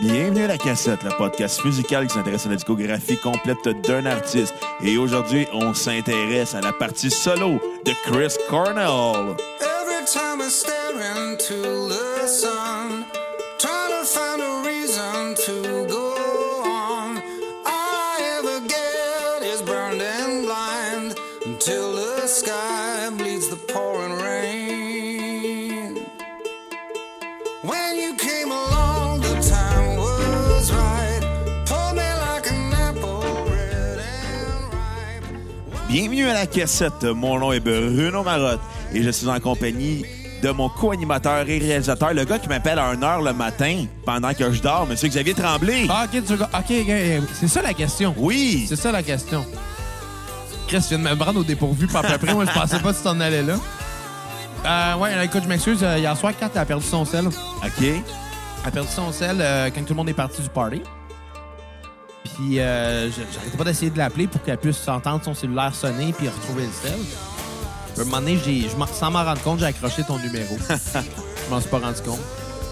Bienvenue à La Cassette, le podcast musical qui s'intéresse à la discographie complète d'un artiste. Et aujourd'hui, on s'intéresse à la partie solo de Chris Cornell. Every time I stare into the sun, trying to find a reason to go on. All I ever get is burned and blind until the sky bleeds the pouring rain. When you came along, the time was right. Pulled me like an apple, red and ripe. Bienvenue à La Cassette, mon nom est Bruno Marotte et je suis en compagnie de mon co-animateur et réalisateur, le gars qui m'appelle à 1h le matin pendant que je dors, Monsieur Xavier Tremblay. Ah, ok, tu veux... OK, ok, ok. c'est ça la question. Oui, C'est ça la question. Chris, tu viens de me prendre au dépourvu pas à peu près. Moi, je pensais pas que tu t'en allais là. Euh, ouais, écoute, je m'excuse. euh, Hier soir, Kat a perdu son sel. ok. Elle a perdu son sel euh, quand tout le monde est parti du party. Puis, euh, je- j'arrêtais pas d'essayer de l'appeler pour qu'elle puisse entendre son cellulaire sonner puis retrouver le sel. Puis, À un moment donné, j'ai- je m'en- sans m'en rendre compte, j'ai accroché ton numéro. je m'en suis pas rendu compte.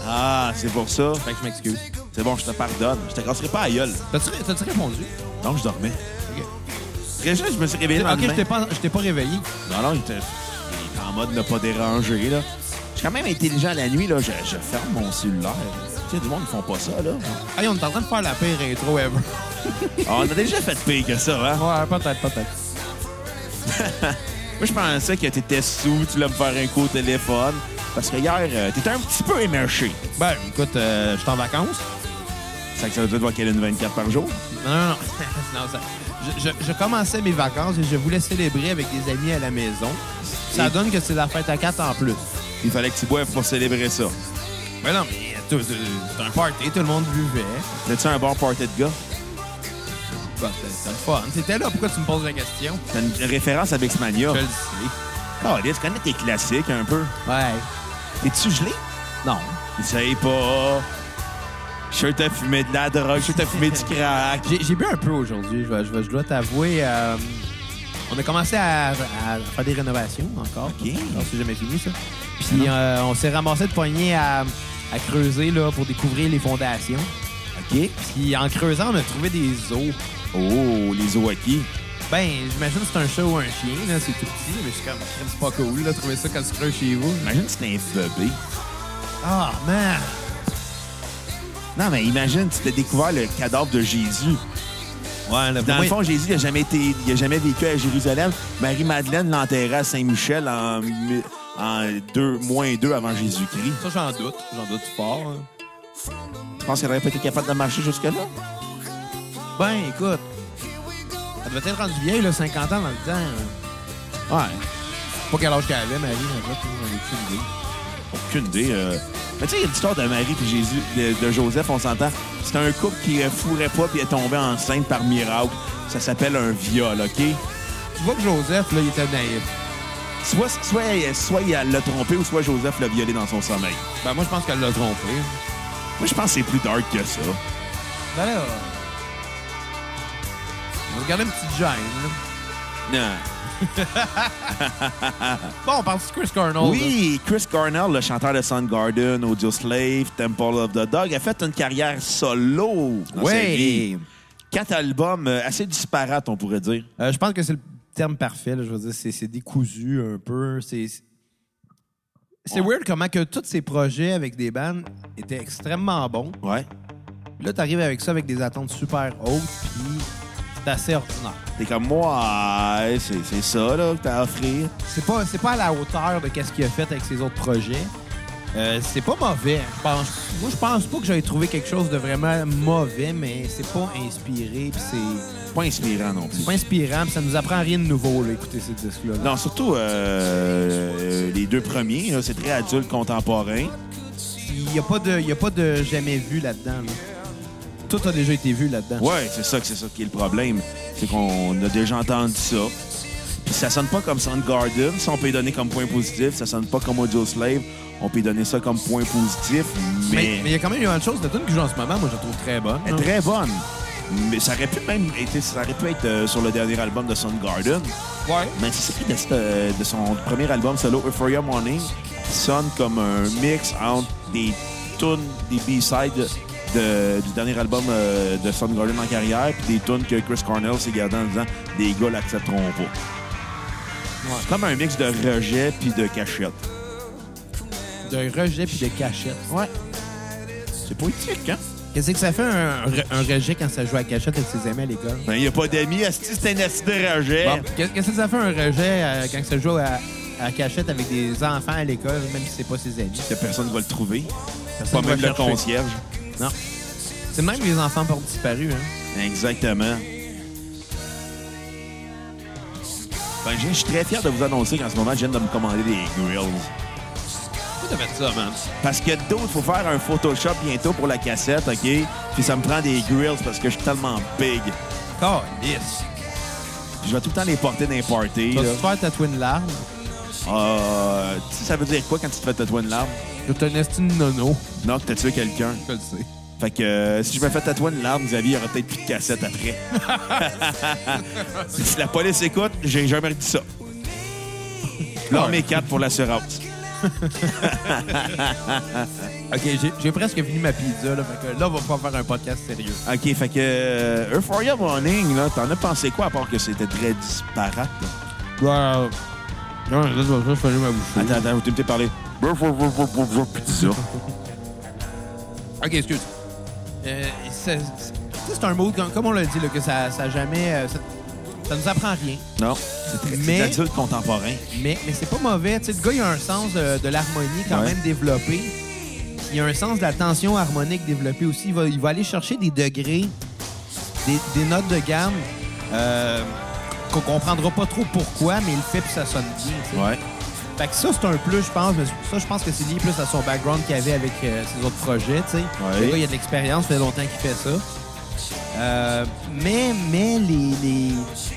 Ah, c'est pour ça. Fait que je m'excuse. C'est bon, je te pardonne. Je te casserai pas à gueule. T'as-tu ré- t'as-tu répondu? Non, je dormais. Très juste, je me suis réveillé le Ok, je lendemain. t'ai pas, je t'ai pas réveillé. Non, non, j'étais j'étais en mode ne pas déranger, là. Je suis quand même intelligent la nuit, là. Je, je ferme mon cellulaire. Tu sais, du monde, ils font pas ça, là. Hey, on est en train de faire la pire intro ever. Ah, on a déjà fait pire que ça, hein? Ouais, peut-être, peut-être. Moi, je pensais que t'étais sous, tu voulais me faire un coup au téléphone. Parce que hier, euh, t'étais un petit peu émerché. Ben, écoute, euh, je suis en vacances. Ça que ça veut dire qu'il y a une 24 par jour. Non, non, non. Non, ça- je, je- je commençais mes vacances et je voulais célébrer avec des amis à la maison. Ça Et- donne que c'est la fête à 4 en plus. Il fallait que tu boives pour célébrer ça. Mais non, mais euh, tout- tout- c'est un party, tout le monde buvait. T'as-tu un bon party de gars? Ben, c'était- C'était le fun. T'étais là, pourquoi tu me poses la question? T'as une référence à Bixmania. Je le sais. Ah, tu connais tes classiques un peu. Ouais. T'es-tu gelé? Non. Essaye pas. Je suis sûr que t'as fumé de la drogue, je suis sûr que t'as fumé du crack. J'ai j'ai bu un peu aujourd'hui, je, vais- je vais- je dois t'avouer. euh, on a commencé à, à faire des rénovations encore. OK. Alors, c'est jamais fini, ça. Puis euh, on s'est ramassé de poignées à, à creuser là, pour découvrir les fondations. OK. Puis en creusant, on a trouvé des os. Oh, les Owaki. Ben, j'imagine que c'est un chat ou un chien, là, c'est tout petit, mais je suis comme, Crime, c'est pas cool, là, trouver ça quand tu creuses chez vous. Imagine si t'es un bébé. Ah, man! Non, mais imagine, tu t'es découvert le cadavre de Jésus. Ouais, Dans le fond, Jésus, il a jamais, été, il a jamais vécu à Jérusalem. Marie-Madeleine l'enterrait à Saint-Michel en, mi- en deux, moins deux avant Jésus-Christ. ça, j'en doute, j'en doute fort. hein. Tu penses qu'elle aurait pas été capable de marcher jusque-là? Ben, écoute, elle devait être rendue vieille, là, 50 ans dans le temps. hein. Ouais. Pas quel âge qu'elle avait, Marie, en fait, j'en ai aucune idée. Aucune idée. euh. Mais tu sais, l'histoire de Marie et Jésus, de, de Joseph, on s'entend. C'était un couple qui euh, fourrait pas puis est tombé enceinte par miracle. Ça s'appelle un viol, OK? Tu vois que Joseph, là, il était naïf. Soit, soit, soit elle l'a trompé ou soit Joseph l'a violé dans son sommeil. Ben, moi, je pense qu'elle l'a trompé. Moi, je pense que c'est plus dark que ça. Ben là... On va se garder une petite gêne, là. Non. Bon, on parle de Chris Cornell. là. Oui, Chris Cornell, le chanteur de Soundgarden, Audio Slave, Temple of the Dog, a fait une carrière solo dans Ouais. sa vie. Quatre albums euh, assez disparates, on pourrait dire. Euh, je pense que c'est le terme parfait. là. Je veux dire, c'est c'est décousu un peu. C'est c'est weird comment que tous ces projets avec des bandes étaient extrêmement bons. Ouais. Là, t'arrives avec ça avec des attentes super hautes, puis c'est assez ordinaire. T'es comme, ouais, c'est c'est ça là, que t'as à offrir. C'est pas, c'est pas à la hauteur de qu'est-ce qu'il a fait avec ses autres projets. Euh, c'est pas mauvais. Je pense- moi, je pense pas que j'avais trouvé quelque chose de vraiment mauvais, mais c'est pas inspiré, puis c'est- Pas inspirant non plus. c'est pas inspirant, puis ça nous apprend rien de nouveau, là, écouter ces disques-là. là. Non, surtout euh, euh, les deux premiers, là, c'est très adulte contemporain. Il n'y a, pas de- il y a pas de jamais vu là-dedans. là. Tout a déjà été vu là-dedans. Ouais, c'est ça, que- c'est ça qui est le problème. C'est qu'on a déjà entendu ça. Puis ça sonne pas comme Soundgarden. Ça, on peut y donner comme point positif. Ça sonne pas comme Audio Slave. On peut y donner ça comme point positif, mais, Mais mais il y a quand même eu une chose de tune que joue en ce moment, moi je la trouve très bonne. elle hein. est très bonne. Mais ça aurait pu même être, ça aurait pu être euh, sur le dernier album de Soundgarden. Ouais. Mais c'est ça qui est, euh, de son premier album solo, Euphoria Morning, qui sonne comme un mix entre des tunes, des B-sides de- du dernier album euh, de Soundgarden en carrière, puis des tunes que Chris Cornell s'est gardé en disant les gars l'accepteront pas. C'est comme un mix de rejet puis de cachette. De rejet puis de cachette. Ouais. C'est poétique, hein? Qu'est-ce que ça fait un, re- un rejet quand ça joue à cachette avec ses amis à l'école? Ben, Il n'y a pas d'amis, asti, c'est un asti de rejet. Bon, qu'est- qu'est-ce que ça fait un rejet euh, quand ça joue à, à cachette avec des enfants à l'école, même si c'est pas ses amis? Que personne ne va le trouver. Personne Pas va même le chercher. concierge. Non. C'est même que les enfants portent disparu. Hein. Exactement. Ben, je je suis très fier de vous annoncer qu'en ce moment, je viens de me commander des grills. Faut te mettre ça, man. Parce que d'autres, faut faire un Photoshop bientôt pour la cassette, OK? Puis ça me prend des grills parce que je suis tellement big. Calice. Je vais tout le temps les porter dans les parties. Tu vas là. te faire tatouer une larme. Euh, tu sais, ça veut dire quoi quand tu te fais tatouer une larme? Je te laisse une nono. Non, que t'as tué quelqu'un. Je le sais. Fait que euh, si je me fais tatouer une larme, Xavier, il y aura peut-être plus de cassette après. si la police écoute, j'ai jamais dit ça. L'arme est 4 pour l'assurance. OK, j'ai- j'ai presque fini ma pizza. Là, fait que là, on va pouvoir faire un podcast sérieux. OK, fait que euh, Euphoria Morning, là, t'en as pensé quoi à part que c'était très disparate? là? Wow. Bah, Non, là, je vais juste ma bouche. Attends, attends, tu me t'es parlé. Pizza. OK, excuse. Euh, c'est- c'est c'est un mot, comme, comme on l'a dit, là, que ça, ça jamais... euh, ça, ça nous apprend rien. Non, c'est très Mais- c'est adulte contemporain. Mais, mais c'est pas mauvais. Tu sais, le gars, il a un sens de, de l'harmonie quand Ouais. même développé. Il a un sens de la tension harmonique développé aussi. Il va, il va aller chercher des degrés, des, des notes de gamme euh, qu'on comprendra pas trop pourquoi, mais il le fait puis ça sonne bien. tu sais. Ouais. Fait que ça, c'est un plus, je pense. Mais ça, je pense que c'est lié plus à son background qu'il avait avec euh, ses autres projets, tu sais. Ouais. Le gars, il a de l'expérience, ça fait longtemps qu'il fait ça. Euh, mais mais les, les,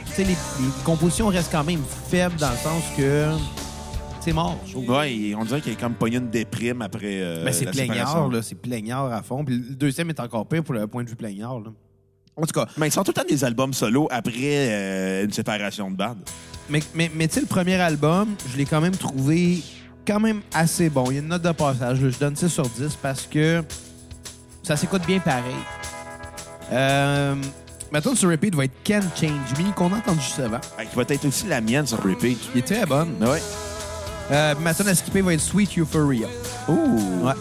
tu sais, les, les compositions restent quand même faibles dans le sens que c'est mort, je trouve. Ouais, il- on dirait qu'il est comme pogné une déprime après. euh, Ben, c'est la plaignard, séparation. là. C'est plaignard à fond. Puis le deuxième est encore pire pour le point de vue plaignard, là. En tout cas, Mais ils sortent tout le temps des albums solo après euh, une séparation de bande. mais, mais, mais tu sais, le premier album, je l'ai quand même trouvé quand même assez bon. Il y a une note de passage. là. Je donne 6 sur 10 parce que ça s'écoute bien pareil. Euh, ma tune sur repeat va être Can Change Me, qu'on a entendu juste avant. Qui va être aussi la mienne sur repeat. Il est très bonne. Ouais. Euh, ma tune à skipper va être Sweet Euphoria. Ouh. Ouais.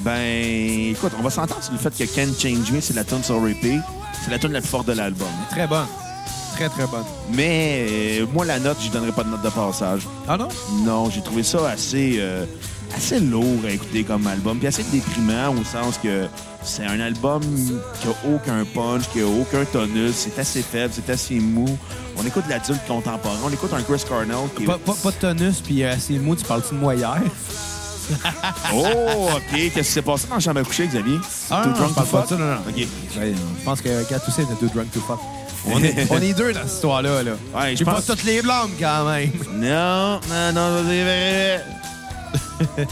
Ben, écoute, on va s'entendre sur le fait que Can Change Me, c'est la tune sur repeat. C'est la tune la plus forte de l'album. Très bonne. Très, très bonne. Mais euh, moi, la note, je donnerai pas de note de passage. Ah non? Non, j'ai trouvé ça assez, euh, assez lourd à écouter comme album, puis assez déprimant au sens que c'est un album qui a aucun punch, qui a aucun tonus, c'est assez faible, c'est assez mou. On écoute de l'adulte contemporain, on écoute un Chris Cornell qui est... Pas, pas, pas de tonus, puis euh, c'est mou, tu parles-tu de moi hier? Oh, OK, qu'est-ce qui s'est passé dans la chambre à coucher, Xavier? Ah, Too non, drunk je parle to pas fuck? de ça, non, non. OK. Je pense que Cat aussi était too drunk to fuck. On est, on est deux dans cette histoire-là. Là. Ouais, je J'ai pense- pas toutes les blâmes quand même. Non, non, non, c'est vrai.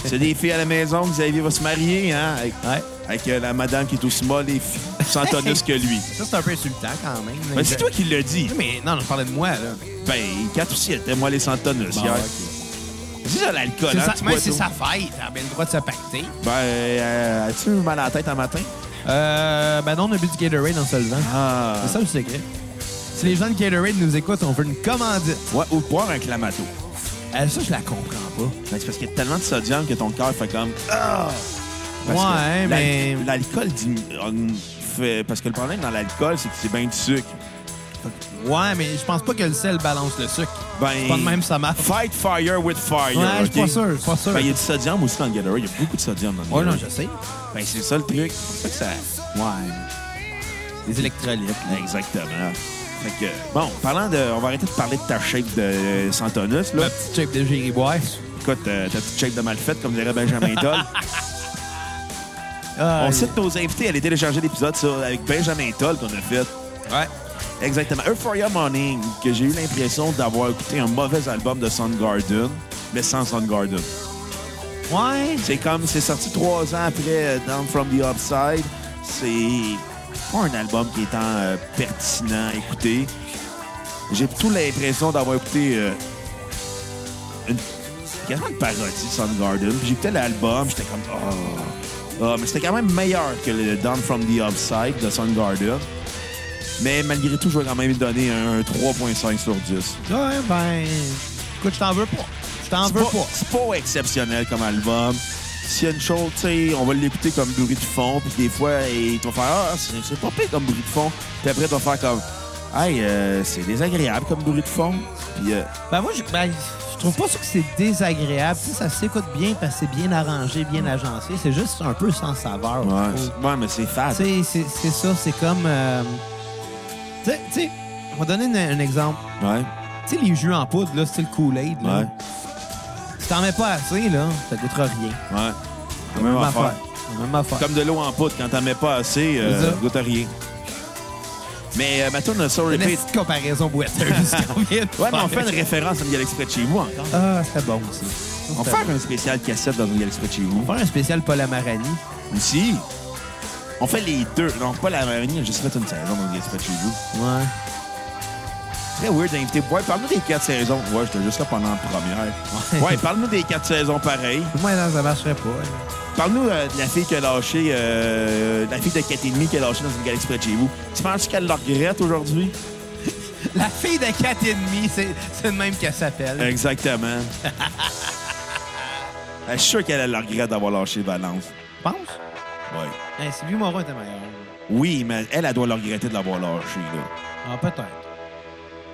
C'est des filles à la maison, Xavier va se marier, hein, avec, Ouais. avec, euh, la madame qui est aussi molle et fi- sans tonus que lui. Ça, c'est un peu insultant quand même. Mais c'est Je- toi qui le dis. Mais non, non, je parlais de moi. là. Ben, 4 aussi, elle était moi les 100 tonnes Bon, hier. ok. C'est ça l'alcool, C'est hein, sa- petit même poitou. c'est sa fête, elle a bien le droit de se pacter. Ben, euh, as-tu eu mal à la tête un matin? Euh, ben non, on a bu du Gatorade en se levant. Ah. C'est ça le secret. Si les gens de Gatorade nous écoutent, on veut une commandite. Ouais, ou boire un clamato. Euh, ça, je la comprends pas. Ben, c'est parce qu'il y a tellement de sodium que ton cœur fait comme... Ah! Parce que Ouais, l'al- mais- L'alcool dit- on fait- Parce que le problème dans l'alcool, c'est que c'est bien du sucre. Ouais, mais je pense pas que le sel balance le sucre. Ben... C'est pas de même, ça marche. Fight fire with fire, Ouais, je suis pas OK? sûr, je suis pas sûr. Ben, il y a du sodium aussi dans le Gatorade. Il y a beaucoup de sodium dans le Ouais, non, Gatorade. je sais. Ben, c'est ça le truc. C'est pour ça que ça... Ouais. Les électrolytes. Exactement. Fait que, bon, parlant de. On va arrêter de parler de ta shape de Santonus, là. La petite shape de Géribois. Écoute, euh, ta petite shape de mal faite, comme dirait Benjamin Toll. on cite nos invités à aller télécharger l'épisode sur- avec Benjamin Toll qu'on a fait. Ouais. Exactement. Euphoria Morning, que j'ai eu l'impression d'avoir écouté un mauvais album de Soundgarden, mais sans Soundgarden. Ouais. C'est comme, c'est sorti trois ans après euh, Down from the Upside. C'est pas un album qui est tant euh, pertinent à écouter. J'ai plutôt l'impression d'avoir écouté euh, une, quasiment une parodie de Soundgarden. Puis J'écoutais l'album, j'étais comme, oh, Ah, mais c'était quand même meilleur que le Down from the Upside de Soundgarden. Mais malgré tout, je vais quand même lui donner un 3.5 sur 10. Ouais, ben. Écoute, je t'en veux pas. Je t'en C'est veux pas, pas. c'est pas exceptionnel comme album. S'il y a une chose, tu sais, on va l'écouter comme bruit de fond, puis des fois, ils vont faire Ah, c'est c'est pas pire comme bruit de fond. Puis après, tu vas faire comme Hey, euh, c'est désagréable comme bruit de fond. Puis euh, Ben moi, je, ben, je trouve pas ça que c'est désagréable. Tu sais, ça s'écoute bien parce que c'est bien arrangé, bien agencé. C'est juste un peu sans saveur. ouais, je trouve. c'est- ouais, mais Oh. c'est fade. Tu sais, c'est c'est ça, c'est comme... euh, tu sais- tu sais, on va donner un, un exemple. Ouais, Tu sais, les jus en poudre, là, c'est le Kool-Aid. là. ouais, Si t'en mets pas assez, là, ça goûtera rien. ouais. La même affaire. La Même affaire. Comme de l'eau en poudre, quand t'en mets pas assez, C'est euh, ça. goûte à rien. Mais euh, ma tourne sur Une repeat. petite comparaison boiteuse qu'on vient de Ouais, mais on fait faire. une référence à une galaxie près de chez vous encore. Ah, c'était bon, ça. On va C'était faire un spécial cassette dans une galaxie près de chez vous. On va faire un spécial Paul Amarani. Ici, on fait les deux. Non, pas la marinière, juste fait une saison dans les chez vous. Ouais. Très weird d'inviter. Ouais, parle-nous des quatre saisons. Ouais, j'étais juste là pendant la première. Ouais. Ouais, parle-nous des quatre saisons pareilles. Moi, non, ça marcherait pas. là. Parle-nous euh, de la fille qui a lâché, euh, la fille de 4,5 qui a lâché dans une galaxie près de chez vous. Tu penses qu'elle le regrette aujourd'hui? La fille de 4,5, c'est c'est de même qu'elle s'appelle. Exactement. Je suis sûr qu'elle a le regret d'avoir lâché Valence. Je pense. Ouais. Hey, Ben, Sylvie Morin était meilleure. Oui, mais elle, elle doit le regretter de l'avoir lâché, là. Ah, peut-être.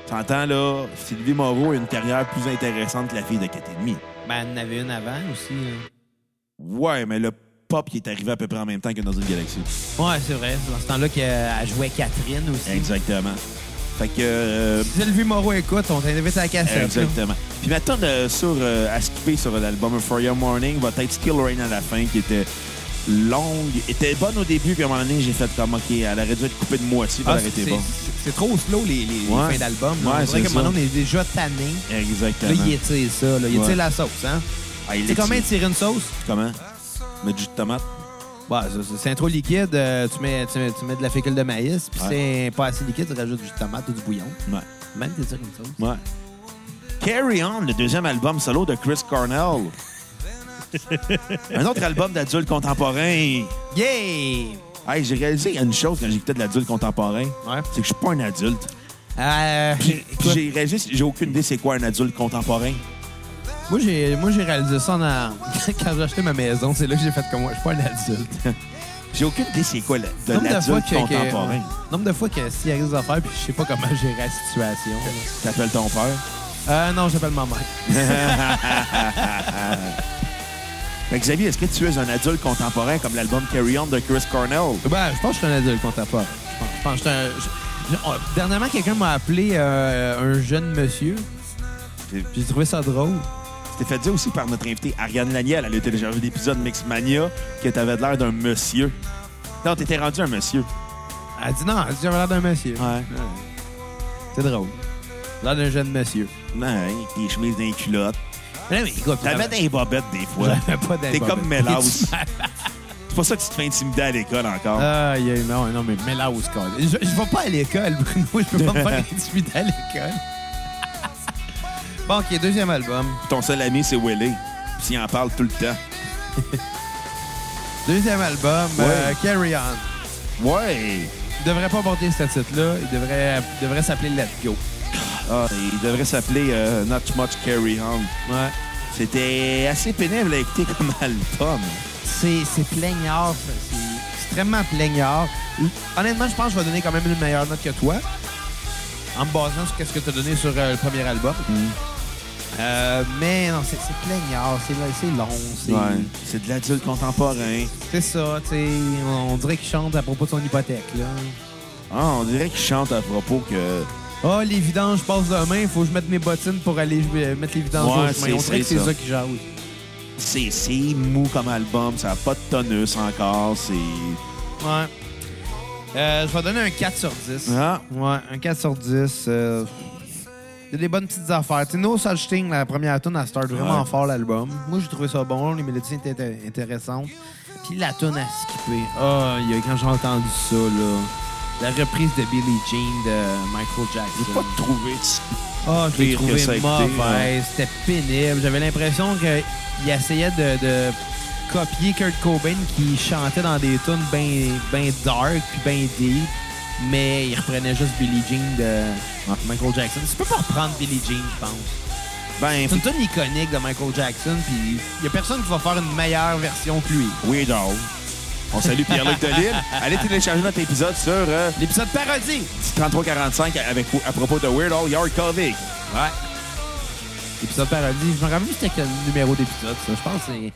T'entends, là, Sylvie Moreau a une carrière plus intéressante que la fille de 4,5. Ben, elle en avait une avant aussi. hein. Ouais, mais le pop il est arrivé à peu près en même temps que dans une galaxie. Ouais, c'est vrai. C'est dans ce temps-là qu'elle jouait Catherine aussi. Exactement. Fait que. euh, Sylvie Moreau écoute, on t'invite à la cassette. là. exactement. Puis maintenant, euh, sur, euh, à skipper sur l'album Euphoria Morning va être Skill Rain à la fin, qui était longue, était bonne au début, puis à un moment donné, j'ai fait comme, OK, elle aurait dû être coupée de moitié, puis Ah, elle aurait c'est été bonne. c'est- c'est trop slow les, les- les Ouais. fins d'album. là. Ouais, on c'est dirait que ça. maintenant on est déjà tanné. Là, Exactement. il étire ça. Là. Il étire Ouais. la sauce. Hein? Ah, il C'est l'a comment dit. étirer une sauce? Comment? Mettre du jus de tomate? Bah, c'est- c'est- c'est un trop liquide. euh, tu, mets, tu, mets, tu mets de la fécule de maïs. Puis c'est pas assez liquide, tu rajoutes du tomate ou du bouillon. Ouais. Même t'étires une sauce. Ouais. Carry On, le deuxième album solo de Chris Cornell. un autre album d'adulte contemporain. Yeah! Hey, j'ai réalisé une chose quand j'écoutais de l'adulte contemporain. Ouais. C'est que je suis pas un adulte. Euh, Puis puis écoute, j'ai réalisé, j'ai aucune idée c'est quoi un adulte contemporain. moi, j'ai moi, j'ai réalisé ça en en- quand j'ai acheté ma maison. C'est là que j'ai fait comme moi. Je suis pas un adulte. J'ai aucune idée c'est quoi le- de Nombre de fois l'adulte que. contemporain. que- nombre de fois que s'il arrive des affaires, puis je sais pas comment gérer la situation. là. T'appelles ton père. Euh, non, j'appelle ma mère. Fait que Xavier, est-ce que tu es un adulte contemporain comme l'album Carry On de Chris Cornell? Ben, je pense que je suis un adulte contemporain. Je pense- Je pense que je suis un. je- je- oh, dernièrement, quelqu'un m'a appelé euh, un jeune monsieur. Puis- Puis j'ai trouvé ça drôle. T'es fait dire aussi par notre invité Ariane Laniel. Elle a déjà vu l'épisode Mixmania que t'avais l'air d'un monsieur. Non, t'étais rendu un monsieur. Elle dit non, elle dit j'avais l'air d'un monsieur. Ouais. C'est drôle. L'air d'un jeune monsieur. Non, avec tes chemises dans les culottes. Mais, non, mais écoute, T'avais des bobettes des fois. j'avais pas T'es d'impôt. comme Mélaus. C'est pas ça que tu te fais intimider à l'école encore. Aïe, aïe, non, non, mais mélange, quoi. Je, je vais pas à l'école, Bruno. Je peux pas me faire intimider à l'école. bon, OK, deuxième album. Ton seul ami, c'est Willy. Puis il en parle tout le temps. Deuxième album, Ouais. euh, Carry On. Ouais. Il devrait pas porter ce titre-là. Il devrait, il devrait s'appeler Let's Go. Ah, il devrait s'appeler euh, Not Much Carry On. Ouais. C'était assez pénible à écouter comme album. C'est, c'est plaignard. ça. C'est extrêmement plaignard. Honnêtement, je pense que je vais donner quand même une meilleure note que toi. En me basant sur ce que tu as donné sur euh, le premier album. Mm. Euh, mais non, c'est, c'est plaignard. C'est, c'est long. C'est, Ouais. C'est de l'adulte contemporain. c'est ça. tu sais, On, on dirait qu'il chante à propos de son hypothèque. Là. Ah, on dirait qu'il chante à propos que. Ah, les vidanges passent demain. Il faut que je mette mes bottines pour aller euh, mettre les vidanges Ouais, au chemin. On c'est- dirait que c'est c'est ça. ça qui jase. C'est c'est mou comme album, ça n'a pas de tonus encore, c'est. Ouais. Euh, je vais donner un 4 sur 10. Ah, Ouais, un 4 sur 10. euh, Il y a des bonnes petites affaires. Tu sais, No Such Thing, la première tune, elle start vraiment Ouais. fort l'album. Moi, j'ai trouvé ça bon. Les mélodies étaient inté- intéressantes. Puis la tune à skipper. Ah, il y a- quand j'ai entendu ça, là. La reprise de Billie Jean de Michael j'ai pas Jackson. trouvé de Ah, je l'ai pire que trouvé ça a été, hein. mauvaise. C'était pénible. J'avais l'impression qu'il essayait de, de copié Kurt Cobain qui chantait dans des tunes bien ben dark puis bien deep, mais il reprenait juste Billie Jean de Michael Jackson. Tu peux pas reprendre Billie Jean, je pense. Ben, C'est une tune iconique de Michael Jackson, puis il y a personne qui va faire une meilleure version que lui. Weirdo. On salue Pierre-Luc Delisle. Allez télécharger notre épisode sur euh, L'épisode parodie! 3345 avec, à propos de Weirdo Yarkovic. Ouais. L'épisode parodie, je me rappelle plus c'était quel numéro d'épisode, ça. Je pense que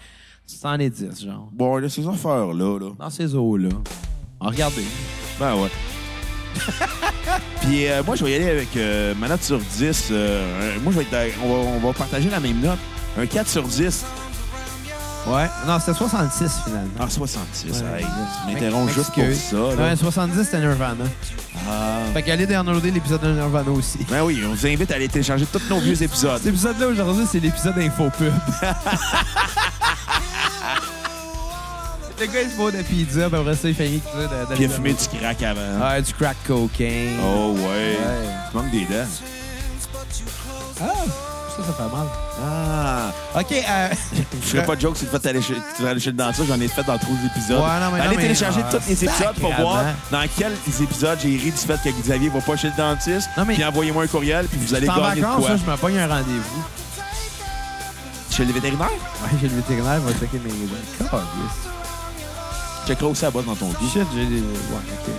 c'est 110, genre. Bon, là, ces affaires-là, là. Dans ces eaux-là. Ah, regardez. Ben ouais. Puis euh, moi, je vais y aller avec euh, ma note sur 10. euh, un- moi, je vais être dans- on, va, on va partager la même note. Un 4 sur 10 Ouais. Non, c'était 66, finalement. en 66. Ouais. Ah, Hey, tu m'interromps juste pour M'excuse. ça. Là. Ouais, 70, c'était Nirvana. Ah. Fait qu'allez downloader l'épisode de Nirvana aussi. Ben oui, on vous invite à aller télécharger tous nos vieux épisodes. Cet épisode-là, aujourd'hui, c'est l'épisode infopub. Le gars, il se fait de la pizza, puis après ça, il fait rien que ça. de- d'aller Puis dans- fumer du crack avant. Ouais, du crack cocaine. Oh ouais. Ah. Ouais. Tu manques des dents. Ah, ça, ça fait mal. Ah. OK, euh... Je ferais pas de joke si tu vas aller chez tu vas aller chez le dentiste. J'en ai fait dans trois épisodes. Ouais, non, mais non, Allez mais- télécharger Ah, tous les épisodes pour sacrément. voir dans quels épisodes j'ai ri du fait que Xavier va pas chez le dentiste. Non, mais- Puis envoyez-moi un courriel, puis vous allez en gagner de vacances, quoi. là, je me pogne un rendez-vous. Chez le vétérinaire? Ouais, j'ai le vétérinaire, il va checker mes... Calisse. Checkeras aussi la bosse dans ton cul. Shit, j'ai des... Ouais, OK.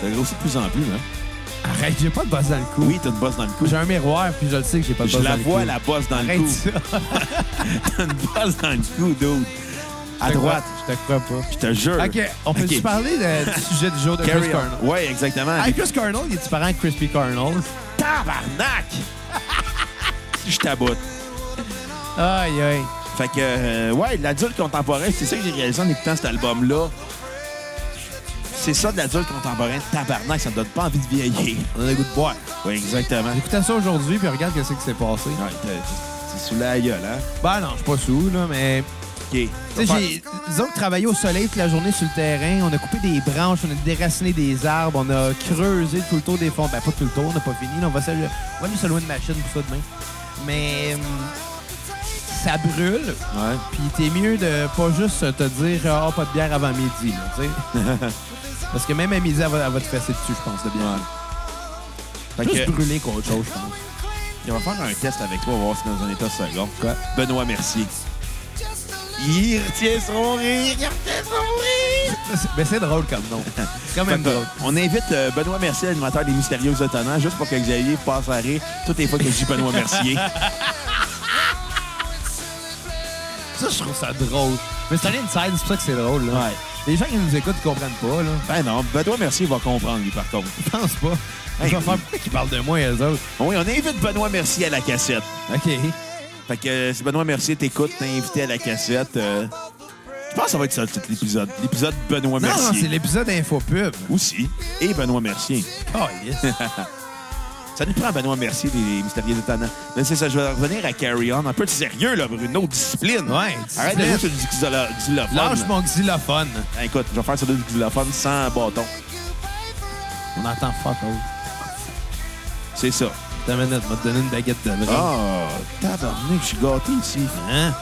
T'as grossi de plus en plus, hein? Arrête, j'ai pas de bosse dans le cou. Oui, t'as une bosse dans le cou. J'ai un miroir, puis je le sais que j'ai pas de Je bosse la dans le cou. vois, la bosse dans le Arrête cou. ça. T'as une bosse dans le cou, dude. À droite, Je te crois pas. je te jure. OK, on peut-tu Ok. parler de- du sujet du jour de Chris Carry Cornell? on. Ouais, exactement. Hey, Chris Cornell, il est parent de Crispy Cornell. Tabarnak! Je taboute. Aïe, aïe. Fait que, euh, ouais, de l'adulte contemporain, c'est ça que j'ai réalisé en écoutant cet album-là. C'est ça de l'adulte contemporain, tabarnak, ça me donne pas envie de vieillir. On a le goût de boire. Ouais, exactement. Ouais, J'écoutais ça aujourd'hui, puis regarde qu'est-ce qui s'est passé. t'es- t'es- t'es sous la gueule, hein? Ben non, je suis pas sous, là, mais... OK. Tu sais, j'ai... Disons que travailler au soleil toute la journée sur le terrain, on a coupé des branches, on a déraciné des arbres, on a creusé tout le tour des fonds. Ben, pas tout le tour, on n'a pas fini. là, on va se... On va aller se louer une machine pour ça demain. Mais... hum, Ça brûle, Ouais. Puis t'es mieux de pas juste te dire « Ah, pas de bière avant midi », là, tu sais. Parce que même à midi, elle va, elle va te fesser dessus, je pense, de bière. Fait Plus que, brûlé qu'autre chose, je pense. on va faire un test avec toi, on va voir si t'es dans un état second. Quoi? Benoît Mercier. Il retient son rire, il retient son rire! Mais c'est drôle comme nom. C'est quand même Fait que, drôle. On invite euh, Benoît Mercier, animateur des Mystérieux Étonnants, juste pour que Xavier passe à rire toutes les fois que je dis Benoît Mercier. Ça, je trouve ça drôle. Mais c'est un inside, c'est pour ça que c'est drôle, là. Ouais. Les gens qui nous écoutent, ils comprennent pas, là. ben non, Benoît Mercier va comprendre, lui, par contre. Je pense pas. Hey, je vais oui. faire pourquoi qu'ils parlent de moi et eux autres. Oui, on invite Benoît Mercier à la cassette. OK. Fait que euh, si Benoît Mercier t'écoute, t'es invité à la cassette. euh, je pense que ça va être ça, tout l'épisode. L'épisode Benoît Non, non, c'est Mercier. l'épisode infopub. Aussi. Et Benoît Mercier. Oh, yes. Ça nous prend Benoît Mercier, les Mystérieux Étonnants. Mais c'est ça, je vais revenir à Carry On. Un peu de sérieux, là, Bruno. Discipline. Ouais, Arrête de discipline. jouer sur du xylo- xylophone. Lâche mon xylophone. Ben, Écoute, je vais faire sur du xylophone sans bâton. On entend fuck all. C'est ça. Deux minutes, on va te donner une baguette de lait. Ah, tabarnak, je suis gâté ici. Hein?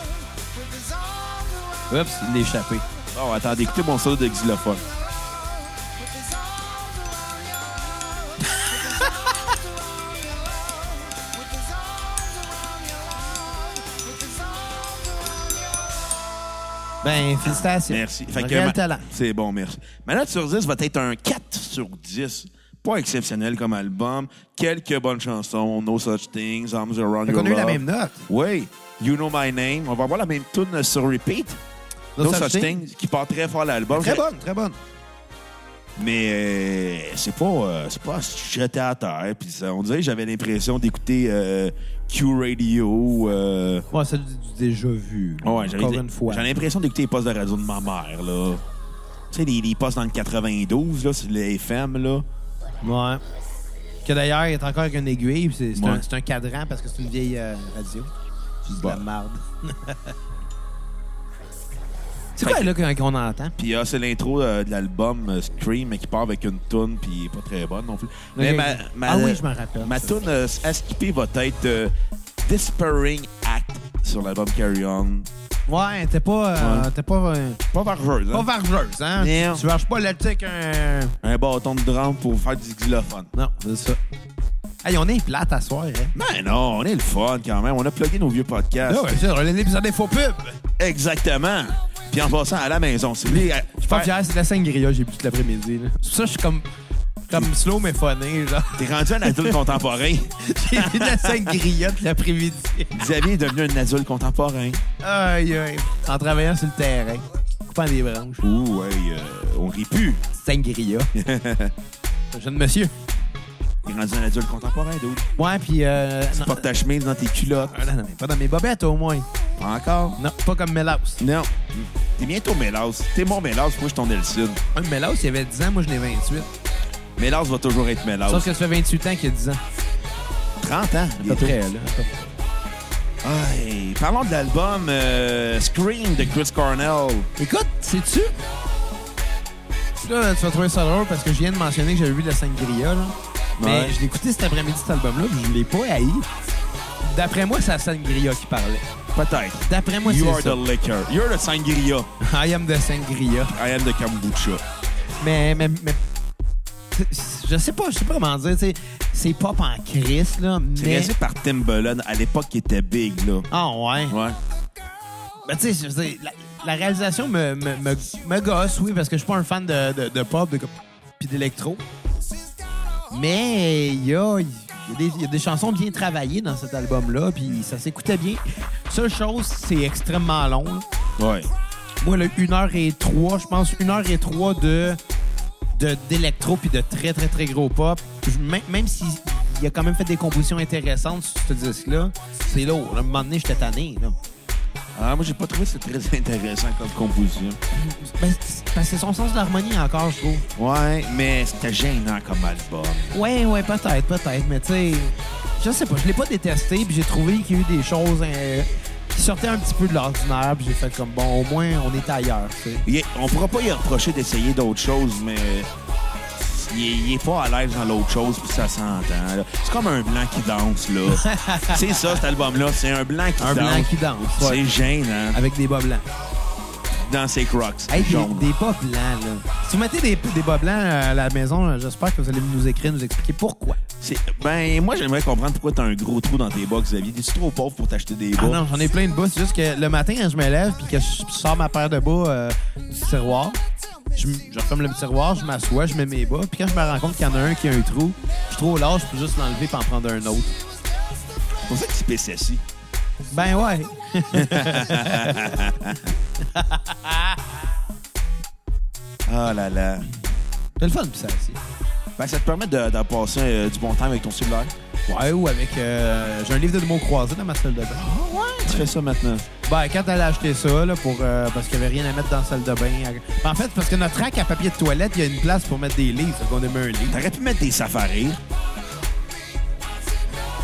Oups, l'échappé. Bon, attendez, écoutez mon solo de xylophone. Ben, félicitations. Merci. Fait que Réel ma- talent. C'est bon, merci. Ma note sur 10 va être un 4 sur 10. Pas exceptionnel comme album. Quelques bonnes chansons. No Such Things, Arms Around Fait Your qu'on a eu la Love. même note. Oui. You Know My Name. On va avoir la même tune sur repeat. No, Such, Things, qui part très fort l'album. Très bonne, très bonne. Mais euh, c'est pas, euh, c'est pas à se jeter à terre. Puis ça, on dirait que j'avais l'impression d'écouter euh, Q Radio. euh, Ouais, c'est du, du déjà vu. Ah Ouais, j'avais Encore dit- une fois. J'ai l'impression d'écouter les postes de radio de ma mère, là. Tu sais, les, les postes dans le 92, là, c'est les FM, là. Ouais. Que d'ailleurs, il est encore avec une aiguille. puis C'est c'est Ouais. un, c'est un cadran parce que c'est une vieille euh, radio. C'est de la Bon. marde. c'est Fait quoi, que- là, qu'on qu'on entend? Puis ah, c'est l'intro euh, de l'album euh, Scream, mais qui part avec une toune, puis pas très bonne non plus. Mais Ok. ma, ma- Ah oui, je m'en rappelle. Ma toune euh, à skipper va être euh, Despairing Act sur l'album Carry On. Ouais, t'es pas. euh, Ouais. T'es pas. euh, Pas vargeuse, pas hein? vargeuse, hein? Non. Tu varges pas là, tu sais, qu'un. Un bâton de drame pour faire du xylophone. Non, c'est ça. Hey, on est plate à soir, hein? Mais non, on est le fun quand même. On a plugué nos vieux podcasts. c'est l'épisode des faux pubs! Exactement. Puis en passant à la maison, si vous voulez, euh, Je pense que faire- hier, c'est de la sangria, j'ai bu toute l'après-midi. là. C'est pour ça que je suis comme. Comme slow mais phoné, genre. T'es rendu un adulte contemporain. J'ai bu de la sangria toute l'après-midi. Xavier est devenu un adulte contemporain. Aïe, aïe. En travaillant sur le terrain. Coupant des branches. Ouh, ouais, euh, on rit plus. Sangria. Jeune monsieur. T'es rendu un adulte contemporain, d'où? Ouais, puis. Euh, non, Tu portes ta chemise dans tes culottes. euh, non, non, mais pas dans mes bobettes, au moins. Pas encore. Non, pas comme Mélaus. Non. T'es bientôt Mélas. T'es mon Mélas, moi je suis ton Elsud. Un Mélaus, il avait 10 ans, moi, je l'ai 28. Mélas va toujours être Mélas. Sauf que ça fait 28 ans qu'il a 10 ans. 30 ans. À peu bientôt. près, là. Aïe, Parlons de l'album euh, Scream de Chris Cornell. Écoute, sais-tu? Là, tu vas trouver ça drôle parce que je viens de mentionner que j'avais vu de la sangria, là. Ouais. Mais je l'ai écouté cet après-midi, cet album-là, puis je l'ai pas haï. D'après moi, c'est la sangria qui parlait. Peut-être. D'après moi, You are c'est ça. the liquor. You're the sangria. I am the sangria. I am the kombucha. Mais, mais, mais... c'est- Je sais pas, je sais pas comment dire, tu sais. C'est pop en crise, là, C'est mais... réalisé par Tim Bellon. À l'époque, il était big, là. Ah ouais. Ouais. Ben, tu sais, je veux dire, la, la réalisation me, me, me, me gosse, oui, parce que je suis pas un fan de, de, de pop de, puis d'électro. Mais il y a, il y a des- il y a des chansons bien travaillées dans cet album-là, puis ça s'écoutait bien. Seule chose, c'est extrêmement long. là. Ouais. Moi, là, 1h03, je pense, 1h03 de de- d'électro puis de très, très, très gros pop. Je- même même s'il il a quand même fait des compositions intéressantes sur ce disque-là, c'est lourd. À un moment donné, j'étais tanné, là. Ah, moi, j'ai pas trouvé ça très intéressant comme composition. Ben, c'est- parce que c'est son sens de l'harmonie encore, je trouve. Ouais, mais c'était gênant comme album. Ouais, ouais, peut-être, peut-être, mais tu sais, je sais pas, je l'ai pas détesté, puis j'ai trouvé qu'il y a eu des choses euh, qui sortaient un petit peu de l'ordinaire, puis j'ai fait comme bon, au moins on est ailleurs, tu sais. Il est- on pourra pas y reprocher d'essayer d'autres choses, mais il est, il est pas à l'aise dans l'autre chose, puis ça s'entend. là. C'est comme un blanc qui danse, là. c'est ça, cet album-là. C'est un blanc qui Un danse. blanc qui danse, ouais. C'est gênant. Avec des bas blancs. Dans ses crocs. Hey, puis jaunes. des, des bas blancs, là. Si vous mettez des, des bas blancs à la maison, euh, j'espère que vous allez nous écrire, nous expliquer pourquoi. C'est- Ben, moi, j'aimerais comprendre pourquoi t'as un gros trou dans tes bas, Xavier. T'es-tu trop pauvre pour t'acheter des Ah bas? non, j'en ai plein de bas. C'est juste que le matin, quand je me lève puis que je sors ma paire de bas euh, du tiroir, je, m- je referme le tiroir, je m'assois, je mets mes bas. Puis quand je me rends compte qu'il y en a un qui a un trou, je suis trop large, je peux juste l'enlever puis en prendre un autre. c'est pour ça que tu pisses assis. Ben ouais. Ah là là. C'est le fun, pis ça, aussi. Ben, ça te permet de, de passer euh, du bon temps avec ton cellulaire. Ouais, ou avec... euh, J'ai un livre de mots croisés dans ma salle de bain. Tu fais ça maintenant. Ben, quand elle a acheté ça, là, pour, euh, parce qu'il n'y avait rien à mettre dans la salle de bain... elle- Ben, En fait, parce que notre rack à papier de toilette, il y a une place pour mettre des livres. Donc, on a mis un livre. T'aurais pu mettre des safaris.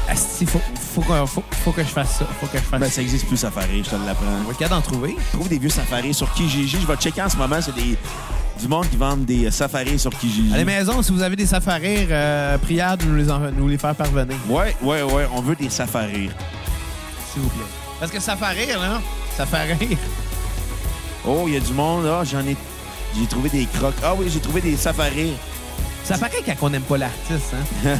Asti, faut, faut, que- faut, faut que je fasse ça. Faut que je fasse Ben, ça. ça existe plus, safari, je te l'apprends. On va être capable d'en trouver. trouve des vieux safaris sur Kijiji. Je vais checker en ce moment. C'est des... du monde qui vend des euh, safaris sur Kijiji. À la maison, si vous avez des safaris, euh, prière de nous les, en- nous les faire parvenir, Ouais, ouais, ouais. On veut des safaris. s'il vous plaît. Parce que safarir, là, safarir, Oh, il y a du monde. Ah, j'en ai. J'ai trouvé des crocs. Ah oui, j'ai trouvé des safaris. ça paraît quand on n'aime pas l'artiste, hein?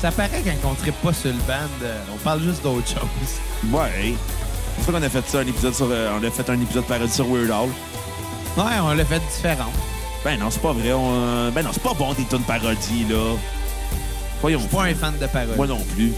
ça paraît quand on tripe pas sur le band, euh, on parle juste d'autre chose. Ouais. C'est pour ça qu'on a fait ça, un épisode sur. euh, on a fait un épisode parodie sur Weird Al. Ouais, on l'a fait différent. Ben non, c'est pas vrai. on, euh, Ben non, c'est pas bon des tonnes parodies, là. Voyons. Je suis pas un fan de parole. Moi non plus.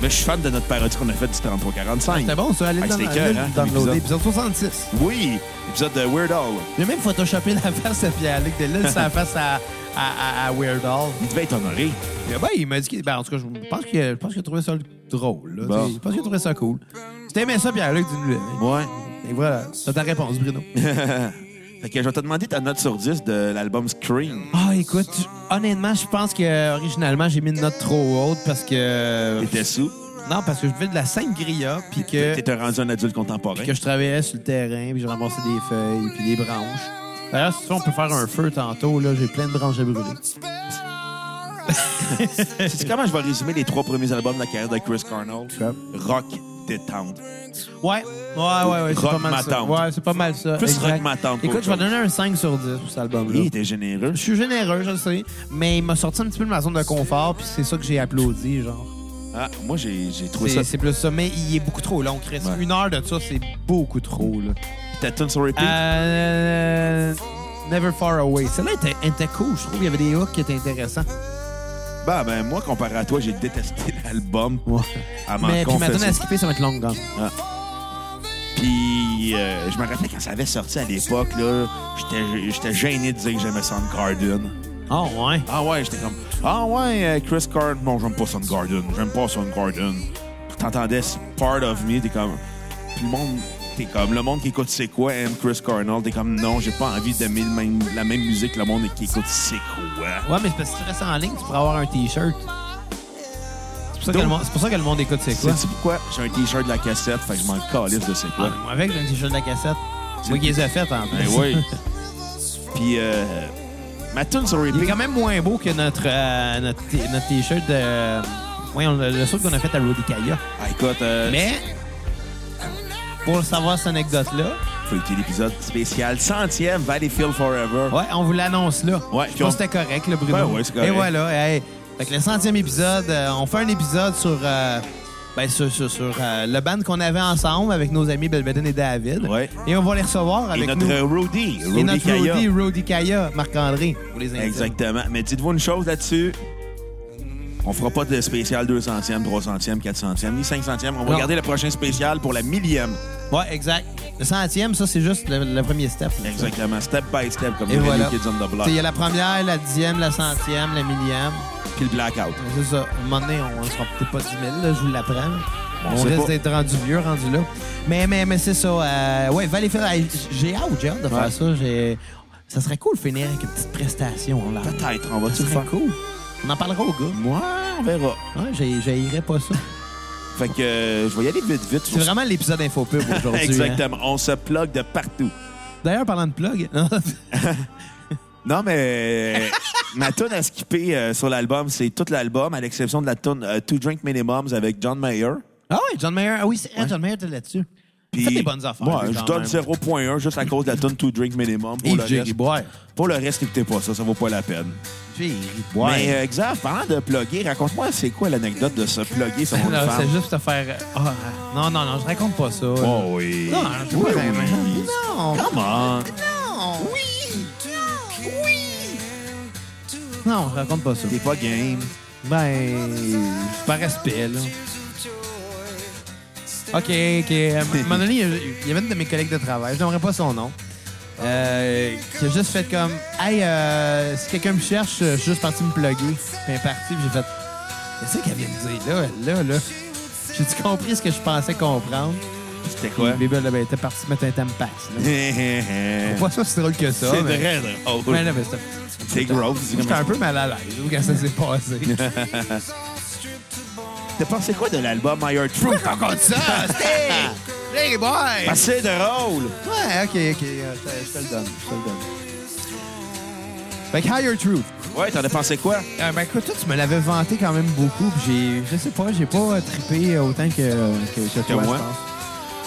Mais je suis fan de notre parodie qu'on a faite du 33-45. C'était bon, ça, allez Ah, dans, c'était allez cœur, hein, comme downloader épisode 66. Oui, épisode de Weird Al. J'ai même photoshopé la face à Pierre-Luc de l'île, sa face à, à, à- à Weird Al. Il devait être honoré. Et ben, il m'a dit qu'il- ben, en tout cas, je pense qu'il je pense qu'il a trouvé ça drôle. là. Bon. Je pense qu'il a trouvé ça cool. Si t'aimais ça, Pierre-Luc, dis-nous. Ouais. Et voilà, c'est ta réponse, Bruno. Fait que je vais te demander ta note sur 10 de l'album Scream. Ah, écoute, je- honnêtement, je pense que originalement, j'ai mis une note trop haute parce que. T'étais sous. Non, parce que je buvais de la sangria, puis que, T'étais rendu un adulte contemporain. puis que je travaillais sur le terrain, puis je ramassais des feuilles, puis des branches. D'ailleurs, si tu veux, on peut faire un feu tantôt, là, j'ai plein de branches à brûler. C'est comment je vais résumer les trois premiers albums de la carrière de Chris Cornell? Quoi? Rock, détente. Ouais, ouais, ouais, ouais c'est Rock pas mal ma ça. tante. Ouais, c'est pas mal ça. Plus Exact. rock ma tante Écoute, qu'autre je vais chose. donner un 5 sur 10 pour cet album-là. Il était généreux. Je suis généreux, je le sais, mais il m'a sorti un petit peu de ma zone de confort, puis c'est ça que j'ai applaudi, genre. Ah, moi, j'ai j'ai trouvé C'est ça. c'est plus ça, mais il est beaucoup trop long, Chris. Ouais. Une heure de ça, c'est beaucoup trop, là. Ta tune sur repeat? Euh, Never Far Away. Celle-là était, était cool, je trouve. Il y avait des hooks qui étaient intéressants. Bah, ben, moi, comparé à toi, j'ai détesté l'album. À m'en mais puis ma donne confesser. à skipper, ça va être Long Gone. Puis, euh, je me rappelle quand ça avait sorti à l'époque, là, j'étais- j'étais gêné de dire que j'aimais Soundgarden. Ah ouais. Ah ouais, j'étais comme Ah ouais, euh, Chris Carter. Non, j'aime pas Soundgarden. J'aime pas Soundgarden. Puis T'entendais ce Part of Me, t'es comme. Puis le monde, t'es comme. Le monde qui écoute C'est quoi aime Chris Cornell. T'es comme non, j'ai pas envie d'aimer le même- la même musique que le monde qui écoute C'est quoi. Ouais, mais c'est parce que si tu restes en ligne, tu pourras avoir un T-shirt. C'est pour, ça que Donc- le monde- c'est pour ça que le monde écoute C'est quoi. Sais-tu pourquoi? J'ai un t-shirt de la cassette, fait que je m'en calisse de C'est Ah, quoi. moi, avec, j'ai un T-shirt de la cassette. C'est moi C'est- qui les ai faites, en plus. Ben oui. Puis, euh, ma tune sur Il est repeat. quand même moins beau que notre, euh, notre, t- notre T-shirt de... euh, voyons, le, le saut qu'on a fait à Rudy Kaya. Ah, écoute, euh, Mais, pour savoir cette anecdote-là, faut écouter l'épisode spécial centième Valleyfield Forever. Ouais, on vous l'annonce là. Ouais, Je puis on- pense que c'était correct, le Bruno. Ben ouais, c'est correct. Et voilà, hey. Fait que le centième épisode, euh, on fait un épisode sur, euh, ben, sur, sur, sur, euh, le band qu'on avait ensemble avec nos amis Belbeden et David. Ouais. Et on va les recevoir avec Et notre nous. Rudy, Rudy et notre Kaya. Rudy, Rudy Kaya, Marc-André, pour les intimes. Exactement. Mais dites-vous une chose là-dessus. On fera pas de spécial 200e, 300e, 400e, ni 500e. On va Non. garder le prochain spécial pour la millième. Ouais, exact. Le centième, ça, c'est juste le, le premier step. là. Exactement. Step by step, comme Et les voilà. Kids on the Tu Block. sais, Il y a la première, la dixième, la centième, la millième. Puis le blackout. C'est ça. Un moment donné, on sera peut-être pas 10 000, là, je vous l'apprends. On On, sait risque pas. d'être rendu vieux, rendu là. Mais, mais, mais c'est ça. Euh, ouais, Valleyfield, hey, j'ai hâte, j'ai hâte de faire Ouais. ça. J'ai- Ça serait cool de finir avec une petite prestation. Là. Peut-être, on va-tu Ça le serait faire? cool. On en parlera au gars. Moi, on verra. Ouais, j'ai- j'haïrais pas ça. Fait que euh, je vais y aller vite, vite. C'est vraiment l'épisode InfoPub aujourd'hui. hein. Exactement. On se plug de partout. D'ailleurs, parlant de plug, Non, mais euh, ma tune à skipper euh, sur l'album, c'est tout l'album, à l'exception de la tune euh, Two Drink Minimums avec John Mayer. ah ouais, John Mayer. Ah oui, c'est- ah, John Mayer était là-dessus. Il fait des bonnes affaires. Moi, lui, je quand donne même. 0.1 juste à cause de la tonne to drink minimum. Pour Yves le, Jerry reste, Boy. pour le reste, écoutez pas ça, ça vaut pas la peine. Jerry Boy. Mais euh, Xav, parlant de plugger, raconte-moi c'est quoi l'anecdote de se plugger sur Non, OnlyFans. c'est juste te faire. ah, non, non, non, je raconte pas ça. Oh oui. Non, je oui, pas oui. Non. Come on. Non. Oui. Non, je raconte pas ça. T'es pas game. Ben, par respect, là. OK, OK. À un moment donné, il y avait une de mes collègues de travail, je n'aimerais pas son nom, euh, qui a juste fait comme « Hey, euh, si quelqu'un me cherche, je suis juste parti me plugger. » Puis elle est partie, puis j'ai fait « Qu'est-ce qu'elle vient de dire, là, elle, là, là? » J'ai-tu compris ce que je pensais comprendre? C'était quoi? Puis, ben, ben, elle était partie mettre un tampax, là. c'est Pas ça, c'est drôle que ça. mais- vrai, Oh, Mais drôle. là, mais c'était- C'est gross. J'étais un peu mal à l'aise quand ça s'est passé. T'as pensé quoi de l'album My Heart True? Raconte ça, c'était... Hey, boy! Assez Ah, drôle. Ouais, ok, ok, euh, je te- je te le donne, je te le donne. Fait que Higher Truth. Ouais, t'en as pensé quoi? Euh, ben écoute, toi, tu me l'avais vanté quand même beaucoup, puis j'ai, je sais pas, j'ai pas euh, trippé autant que, que, que toi, moi. je pense.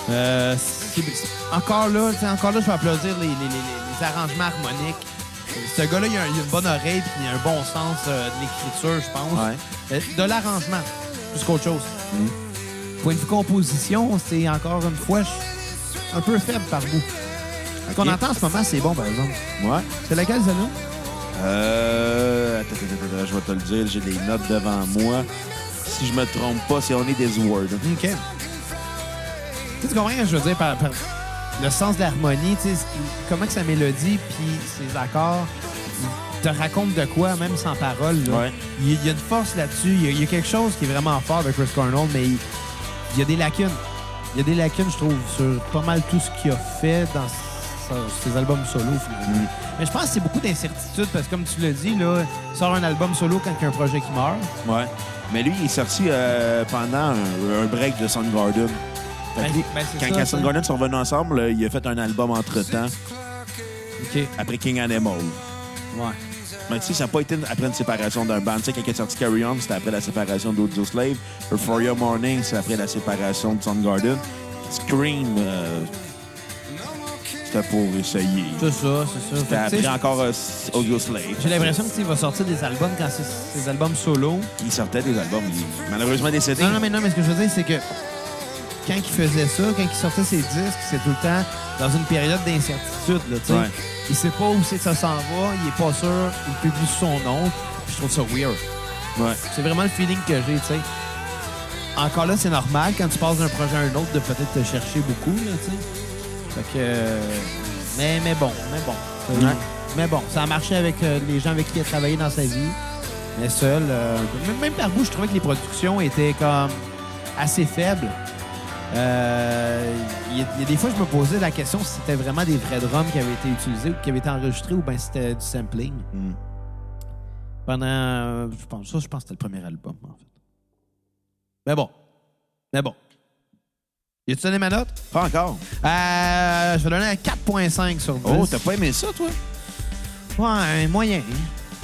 Euh, c'est- c'est- encore là, tu sais, encore là, je vais applaudir les, les- les- les- les arrangements harmoniques. Euh, Ce gars-là, il a, il a une bonne oreille, puis il a un bon sens euh, de l'écriture, je pense. Ouais. Euh, de l'arrangement, plus qu'autre chose. Mm. Point de vue composition, c'est encore une fois je- un peu faible par bout. Ce qu'on Ok. entend en ce moment, c'est bon, par exemple. Ouais. C'est laquelle, celle-là? Euh. Attends, attends, attends, attends, je vais te le dire, j'ai des notes devant moi. Si je me trompe pas, c'est On est des words. OK. Tu sais, tu comprends ce que je veux dire par, par le sens de l'harmonie, tu sais, ce qui- comment que sa mélodie puis ses accords te racontent de quoi, même sans parole. là. Ouais. Il, y a- il y a une force là-dessus. Il, y a- il y a quelque chose qui est vraiment fort de Chris Cornell, mais il, il y a des lacunes. Il y a des lacunes, je trouve, sur pas mal tout ce qu'il a fait dans sa- ses albums solo, finalement. Mm. Mais je pense que c'est beaucoup d'incertitudes parce que, comme tu l'as dit, là, sort un album solo quand il y a un projet qui meurt. Ouais. Mais lui, il est sorti euh, pendant un, un break de Soundgarden. Fait que Ben, lui, ben, c'est quand ça, quand ça. Soundgarden sont venus ensemble, euh, il a fait un album entre-temps, OK. après King Animal. Ouais. Mais tu sais, ça n'a pas été après une séparation d'un band. Tu sais, quand est sorti Carry On, c'était après la séparation d'Audio Slave. Euphoria Morning, c'est après la séparation de Soundgarden. Scream, euh, c'était pour essayer. C'est ça, c'est ça. C'était Fait après que, tu sais, encore euh, Audio Slave. J'ai l'impression que tu sais, il va sortir des albums quand c'est ses albums solo. Il sortait des albums. il est Malheureusement décédé. Non, non, mais non, mais ce que je veux dire, c'est que quand il faisait ça, quand il sortait ses disques, c'est tout le temps dans une période d'incertitude, là, tu sais. Ouais. Il sait pas où c'est que ça s'en va, il est pas sûr, il publie sous son nom, puis je trouve ça weird. Ouais. C'est vraiment le feeling que j'ai, tu sais. Encore là, c'est normal quand tu passes d'un projet à un autre de peut-être te chercher beaucoup, là, tu sais. Fait que... euh, Mais, mais bon, mais bon. Ouais. Mais bon, ça a marché avec euh, les gens avec qui il a travaillé dans sa vie. Mais seul, euh, même- même par bout, je trouvais que les productions étaient comme assez faibles. Euh, Il y, a- il y a des fois, je me posais la question si c'était vraiment des vrais drums qui avaient été utilisés ou qui avaient été enregistrés ou bien c'était du sampling. Mm. Pendant, euh, je pense, ça, je pense que c'était le premier album, en fait. Mais bon. Mais bon. Y a-tu donné ma note? Pas encore. Euh, je vais donner un 4.5 sur 10. Oh, t'as pas aimé ça, toi? Ouais, un moyen.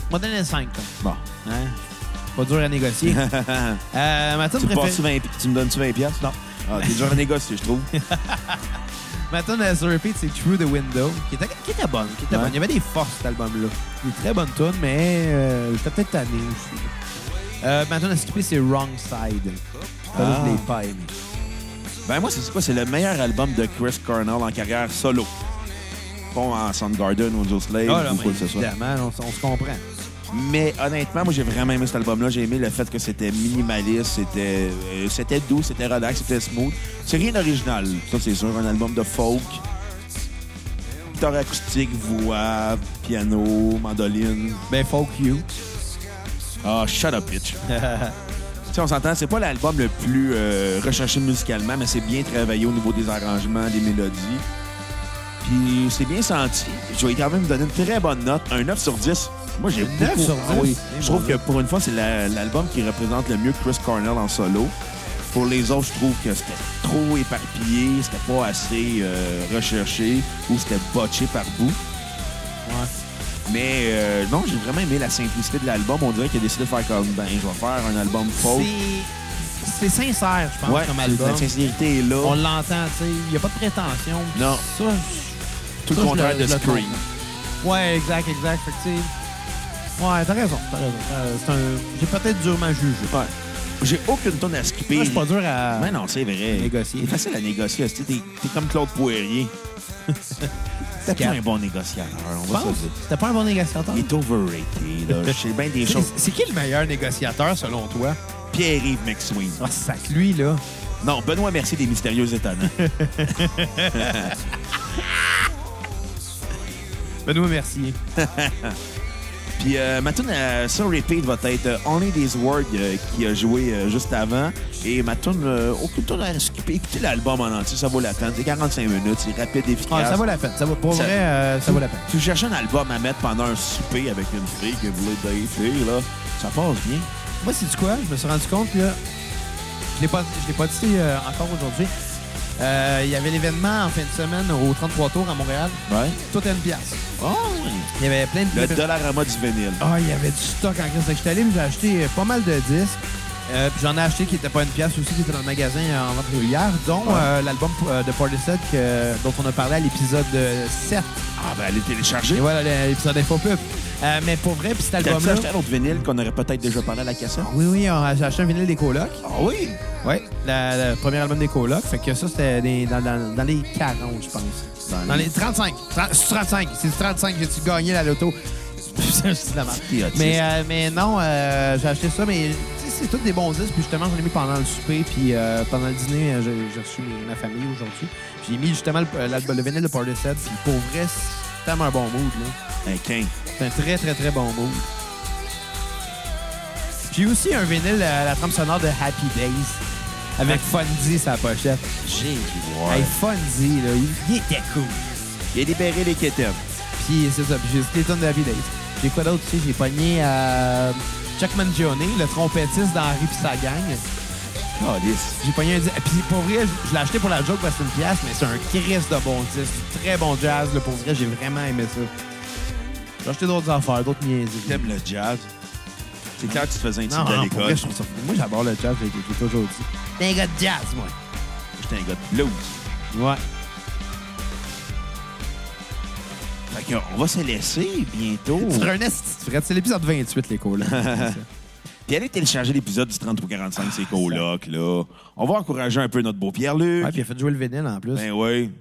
On va donner un 5, comme. Bon. Hein? Pas dur à négocier. euh, ma tune Tu, me préférée. passes 20 pi- tu me donnes-tu 20 piastres? Non. Ah, t'es déjà négocié, je trouve. Ma tune à se repeat, c'est Through the Window, qui était, qui était bonne. Qui était Ouais. bonne. Il y avait des forces, cet album-là. Une très bonne tune, mais euh, j'étais peut-être tanné aussi. Euh, ma tune à skipper, c'est Wrong Side. Ça, là, Ah. je l'ai pas aimé. Ben moi, c'est quoi? C'est le meilleur album de Chris Cornell en carrière solo. Pas en Soundgarden ou Joe Slave Ah, là, ou mais quoi que ce soit. évidemment, on, on se comprend. Mais honnêtement, moi, j'ai vraiment aimé cet album-là. J'ai aimé le fait que c'était minimaliste, c'était euh, c'était doux, c'était relax, c'était smooth. C'est rien d'original, ça, c'est sûr. Un album de folk, guitare acoustique, voix, piano, mandoline. Ben, fuck you. Ah, shut up, bitch. Tu sais, on s'entend, c'est pas l'album le plus euh, recherché musicalement, mais c'est bien travaillé au niveau des arrangements, des mélodies. Puis c'est bien senti. Je vais quand même donner une très bonne note, un 9 sur 10. Moi, j'ai beaucoup... 9 sur 10? Ah oui. Eh, Je trouve mon que Dieu. pour une fois, c'est la- l'album qui représente le mieux Chris Cornell en solo. Pour les autres, je trouve que c'était trop éparpillé, c'était pas assez euh, recherché ou c'était botché par bout. Mais euh, non, j'ai vraiment aimé la simplicité de l'album. On dirait qu'il a décidé de faire comme, ben, je vais faire un album folk. C'est- C'est sincère, je pense, Ouais, comme album. la sincérité est là. On l'entend, tu sais. Il n'y a pas de prétention. Non. Ça, je- Tout le ça, je contraire de je Scream. comprends. Ouais, exact, exact. Fait que, tu sais, Ouais, t'as raison, t'as raison. Euh, c'est un- J'ai peut-être durement jugé. Ouais. J'ai aucune tonne à skipper. Moi, je suis pas dur à... Mais non, c'est vrai. Négocier. C'est facile à négocier. c'est- T'es t'es comme Claude Poirier. T'es pas Scap. un bon négociateur, on Tu va se le penses? dire. T'es pas un bon négociateur? Il est overrated. là. Je sais bien des C'est- choses. C'est qui le meilleur négociateur, selon toi? Pierre-Yves McSween. Ah, sac lui, là. Non, Benoît Mercier des Mystérieux Étonnants. Benoît Mercier. Puis euh, ma tune euh, sur repeat va être euh, Only These Words euh, qui a joué euh, juste avant. Et ma tune, euh, aucune tune à skipper. Écoutez l'album en entier, ça vaut la peine. C'est 45 minutes, c'est rapide, efficace. Ah, ça vaut la peine. Ça vaut, pour Ça- vrai, euh, ça vaut la peine. Tu cherches un album à mettre pendant un souper avec une fille que vous voulez dater, là, ça passe bien. Moi, c'est du quoi? Je me suis rendu compte que je l'ai pas, je l'ai pas dit euh, encore aujourd'hui. Euh, Il y avait l'événement en fin de semaine au 33 Tours à Montréal. Ouais. Tout à une pièce. Oh, oui. Il y avait plein de... Le Dollarama du vinyle. Ah, il y avait du stock en crise. Je suis allé, mais j'ai acheté euh, pas mal de disques. Euh, puis j'en ai acheté qui n'étaient pas une pièce aussi, qui étaient dans le magasin euh, en vente régulière, dont euh, l'album euh, de Portishead que- dont on a parlé à l'épisode euh, 7. Ah, ben, allez Et télécharger. voilà le- l'épisode Info Pub. Euh, mais pour vrai, puis cet T'as album-là... acheté un autre vinyle qu'on aurait peut-être déjà parlé à la cassette? Oui, oui, on- j'ai acheté un vinyle des colocs. Ah oui? Oui, le premier album des colocs. Fait que ça, c'était des- dans, dans- dans les 40, je pense. Dans Dans les- les 35. 30 c'est 35. C'est du 35. J'ai-tu gagné la loto? C'est de la merde. T'es autiste. mais, euh, mais non, euh, j'ai acheté ça, mais tu sais, c'est tous des bons disques. Puis justement, j'en ai mis pendant le souper, puis euh, pendant le dîner, euh, j'ai j'ai reçu mes- ma famille aujourd'hui. J'ai mis justement le, l'album- le vinyle de Portishead, puis pour vrai, c'est tellement un bon mood. Là. Un quin. C'est un très, très, très bon move. J'ai aussi un vinyle à la trame sonore de Happy Days avec Fonzie sa pochette. J'ai Hey, Fonzie, là, il, il était cool. Il a libéré les quétaines. Puis c'est ça, puis j'ai aussi des tonnes de Happy Days. J'ai quoi d'autre, tu sais, j'ai pogné euh, Chuck Mangione, le trompettiste d'Henri pis sa gang. Calice. J'ai pogné un disque. Puis pour vrai, je- je l'ai acheté pour la joke parce que c'est une pièce, mais c'est un Chris de bon disque. du Très bon jazz, là, pour vrai, j'ai vraiment aimé ça. J'ai acheté d'autres affaires, d'autres niaiseries. T'aimes le jazz. C'est clair que tu te faisais Non, intimider non, à pour vrai, l'école. je trouve ça fou. Moi, j'adore le jazz, j'ai j'ai toujours dit. T'es un gars de jazz, moi. J'étais un gars de blues. Ouais. Fait que, on va se laisser bientôt. Sur un esti de frette. C'est l'épisode 28, les cours, là. Puis allez télécharger l'épisode du Ah, 3345, c'est colocs, là. On va encourager un peu notre beau Pierre-Luc. ouais, puis il a fait jouer le vinyle en plus. Ben oui.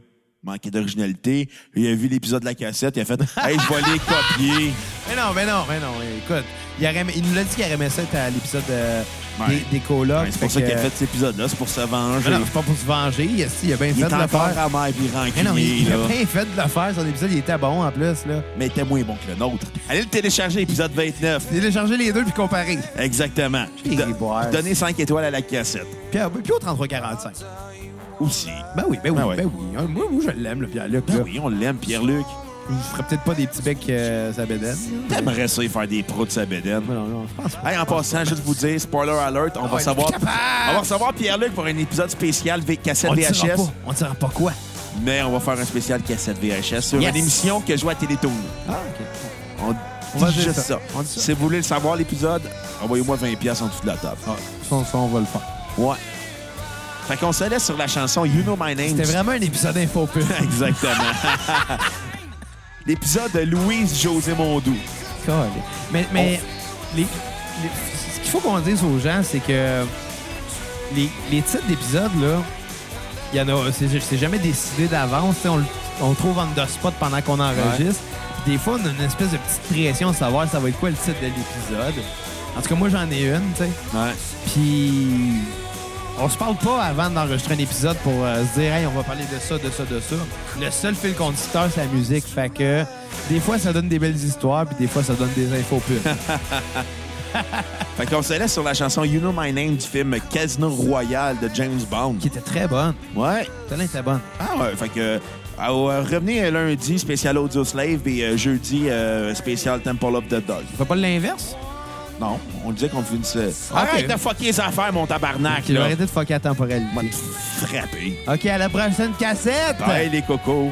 Manquait d'originalité. Il a vu l'épisode de la cassette, il a fait Hey, je vais les copier. Mais non, mais non, mais non. mais Écoute, il, aurait aimé- il nous l'a dit qu'il aurait aimé ça être à l'épisode euh, Ouais. des, des colocs. Ben, c'est pour Ah, fait ça que- qu'il a fait cet épisode-là, c'est pour se venger. Mais non, c'est pas pour se venger. Il, est- il a bien il fait est de le encore faire. amère et Mais non, mais rancunier, il là. a bien fait de le faire. Son épisode, il était bon en plus. là. Mais il était moins bon que le nôtre. Allez le télécharger, épisode 29. Télécharger les deux puis comparer. Exactement. Chez les boys. Donner 5 étoiles à la cassette. Puis, euh, puis au 3345. Aussi. Ben oui, ben oui, Ah ouais. ben oui. Ah, Moi, moi, je l'aime, le Pierre-Luc. Ben là. oui, on l'aime, Pierre-Luc. Je ferais peut-être pas des petits becs euh, sa bédaine. T'aimerais ça y faire des pros de sa bédaine. Non, non, non, je pense pas. Hey, en passant, juste vous dire, spoiler alert, on va ouais, savoir. je suis capable. On va recevoir Pierre-Luc pour un épisode spécial V- cassette On dira VHS. pas. On dira pas quoi. Mais on va faire un spécial cassette VHS sur Yes. une émission que je joue à Télétoon. Ah, OK. On, On dit va dire juste ça. ça. On dit ça. Si vous voulez le savoir, l'épisode, envoyez-moi 20$ piastres en dessous de la table. Ah, ça, ça, on va le faire. Ouais. Fait qu'on se laisse sur la chanson You Know My Name. C'était vraiment un épisode infopub. Exactement. L'épisode de Louise-José Mondou. Colin. Mais, mais les- les- ce qu'il faut qu'on dise aux gens, c'est que les, les titres d'épisodes, là, il y en a, c'est c'est jamais décidé d'avance. tu sais, On, le- on le trouve en the spot pendant qu'on enregistre. Des fois, on a une espèce de petite pression de savoir ça va être quoi le titre de l'épisode. En tout cas, moi, j'en ai une, tu sais. Ouais. Puis, on se parle pas avant d'enregistrer un épisode pour euh, se dire, hey, on va parler de ça, de ça, de ça. Le seul fil conducteur, c'est la musique. Fait que, des fois, ça donne des belles histoires, puis des fois, ça donne des infos pures. Fait qu'on se laisse sur la chanson You Know My Name du film Casino Royale de James Bond. qui était très bonne. Ouais. Celle-là était bonne. Ah ouais, fait que. euh, euh, revenez euh, lundi, spécial Audio Slave, et euh, jeudi, euh, spécial Temple of the Dog. On fait pas l'inverse? Non, on disait qu'on finissait. Arrête de fucker les affaires, mon tabarnak, Qui là. aurait arrêté de fucker la temporalité. Moi, te frapper. OK, à la prochaine cassette! Bye, les cocos.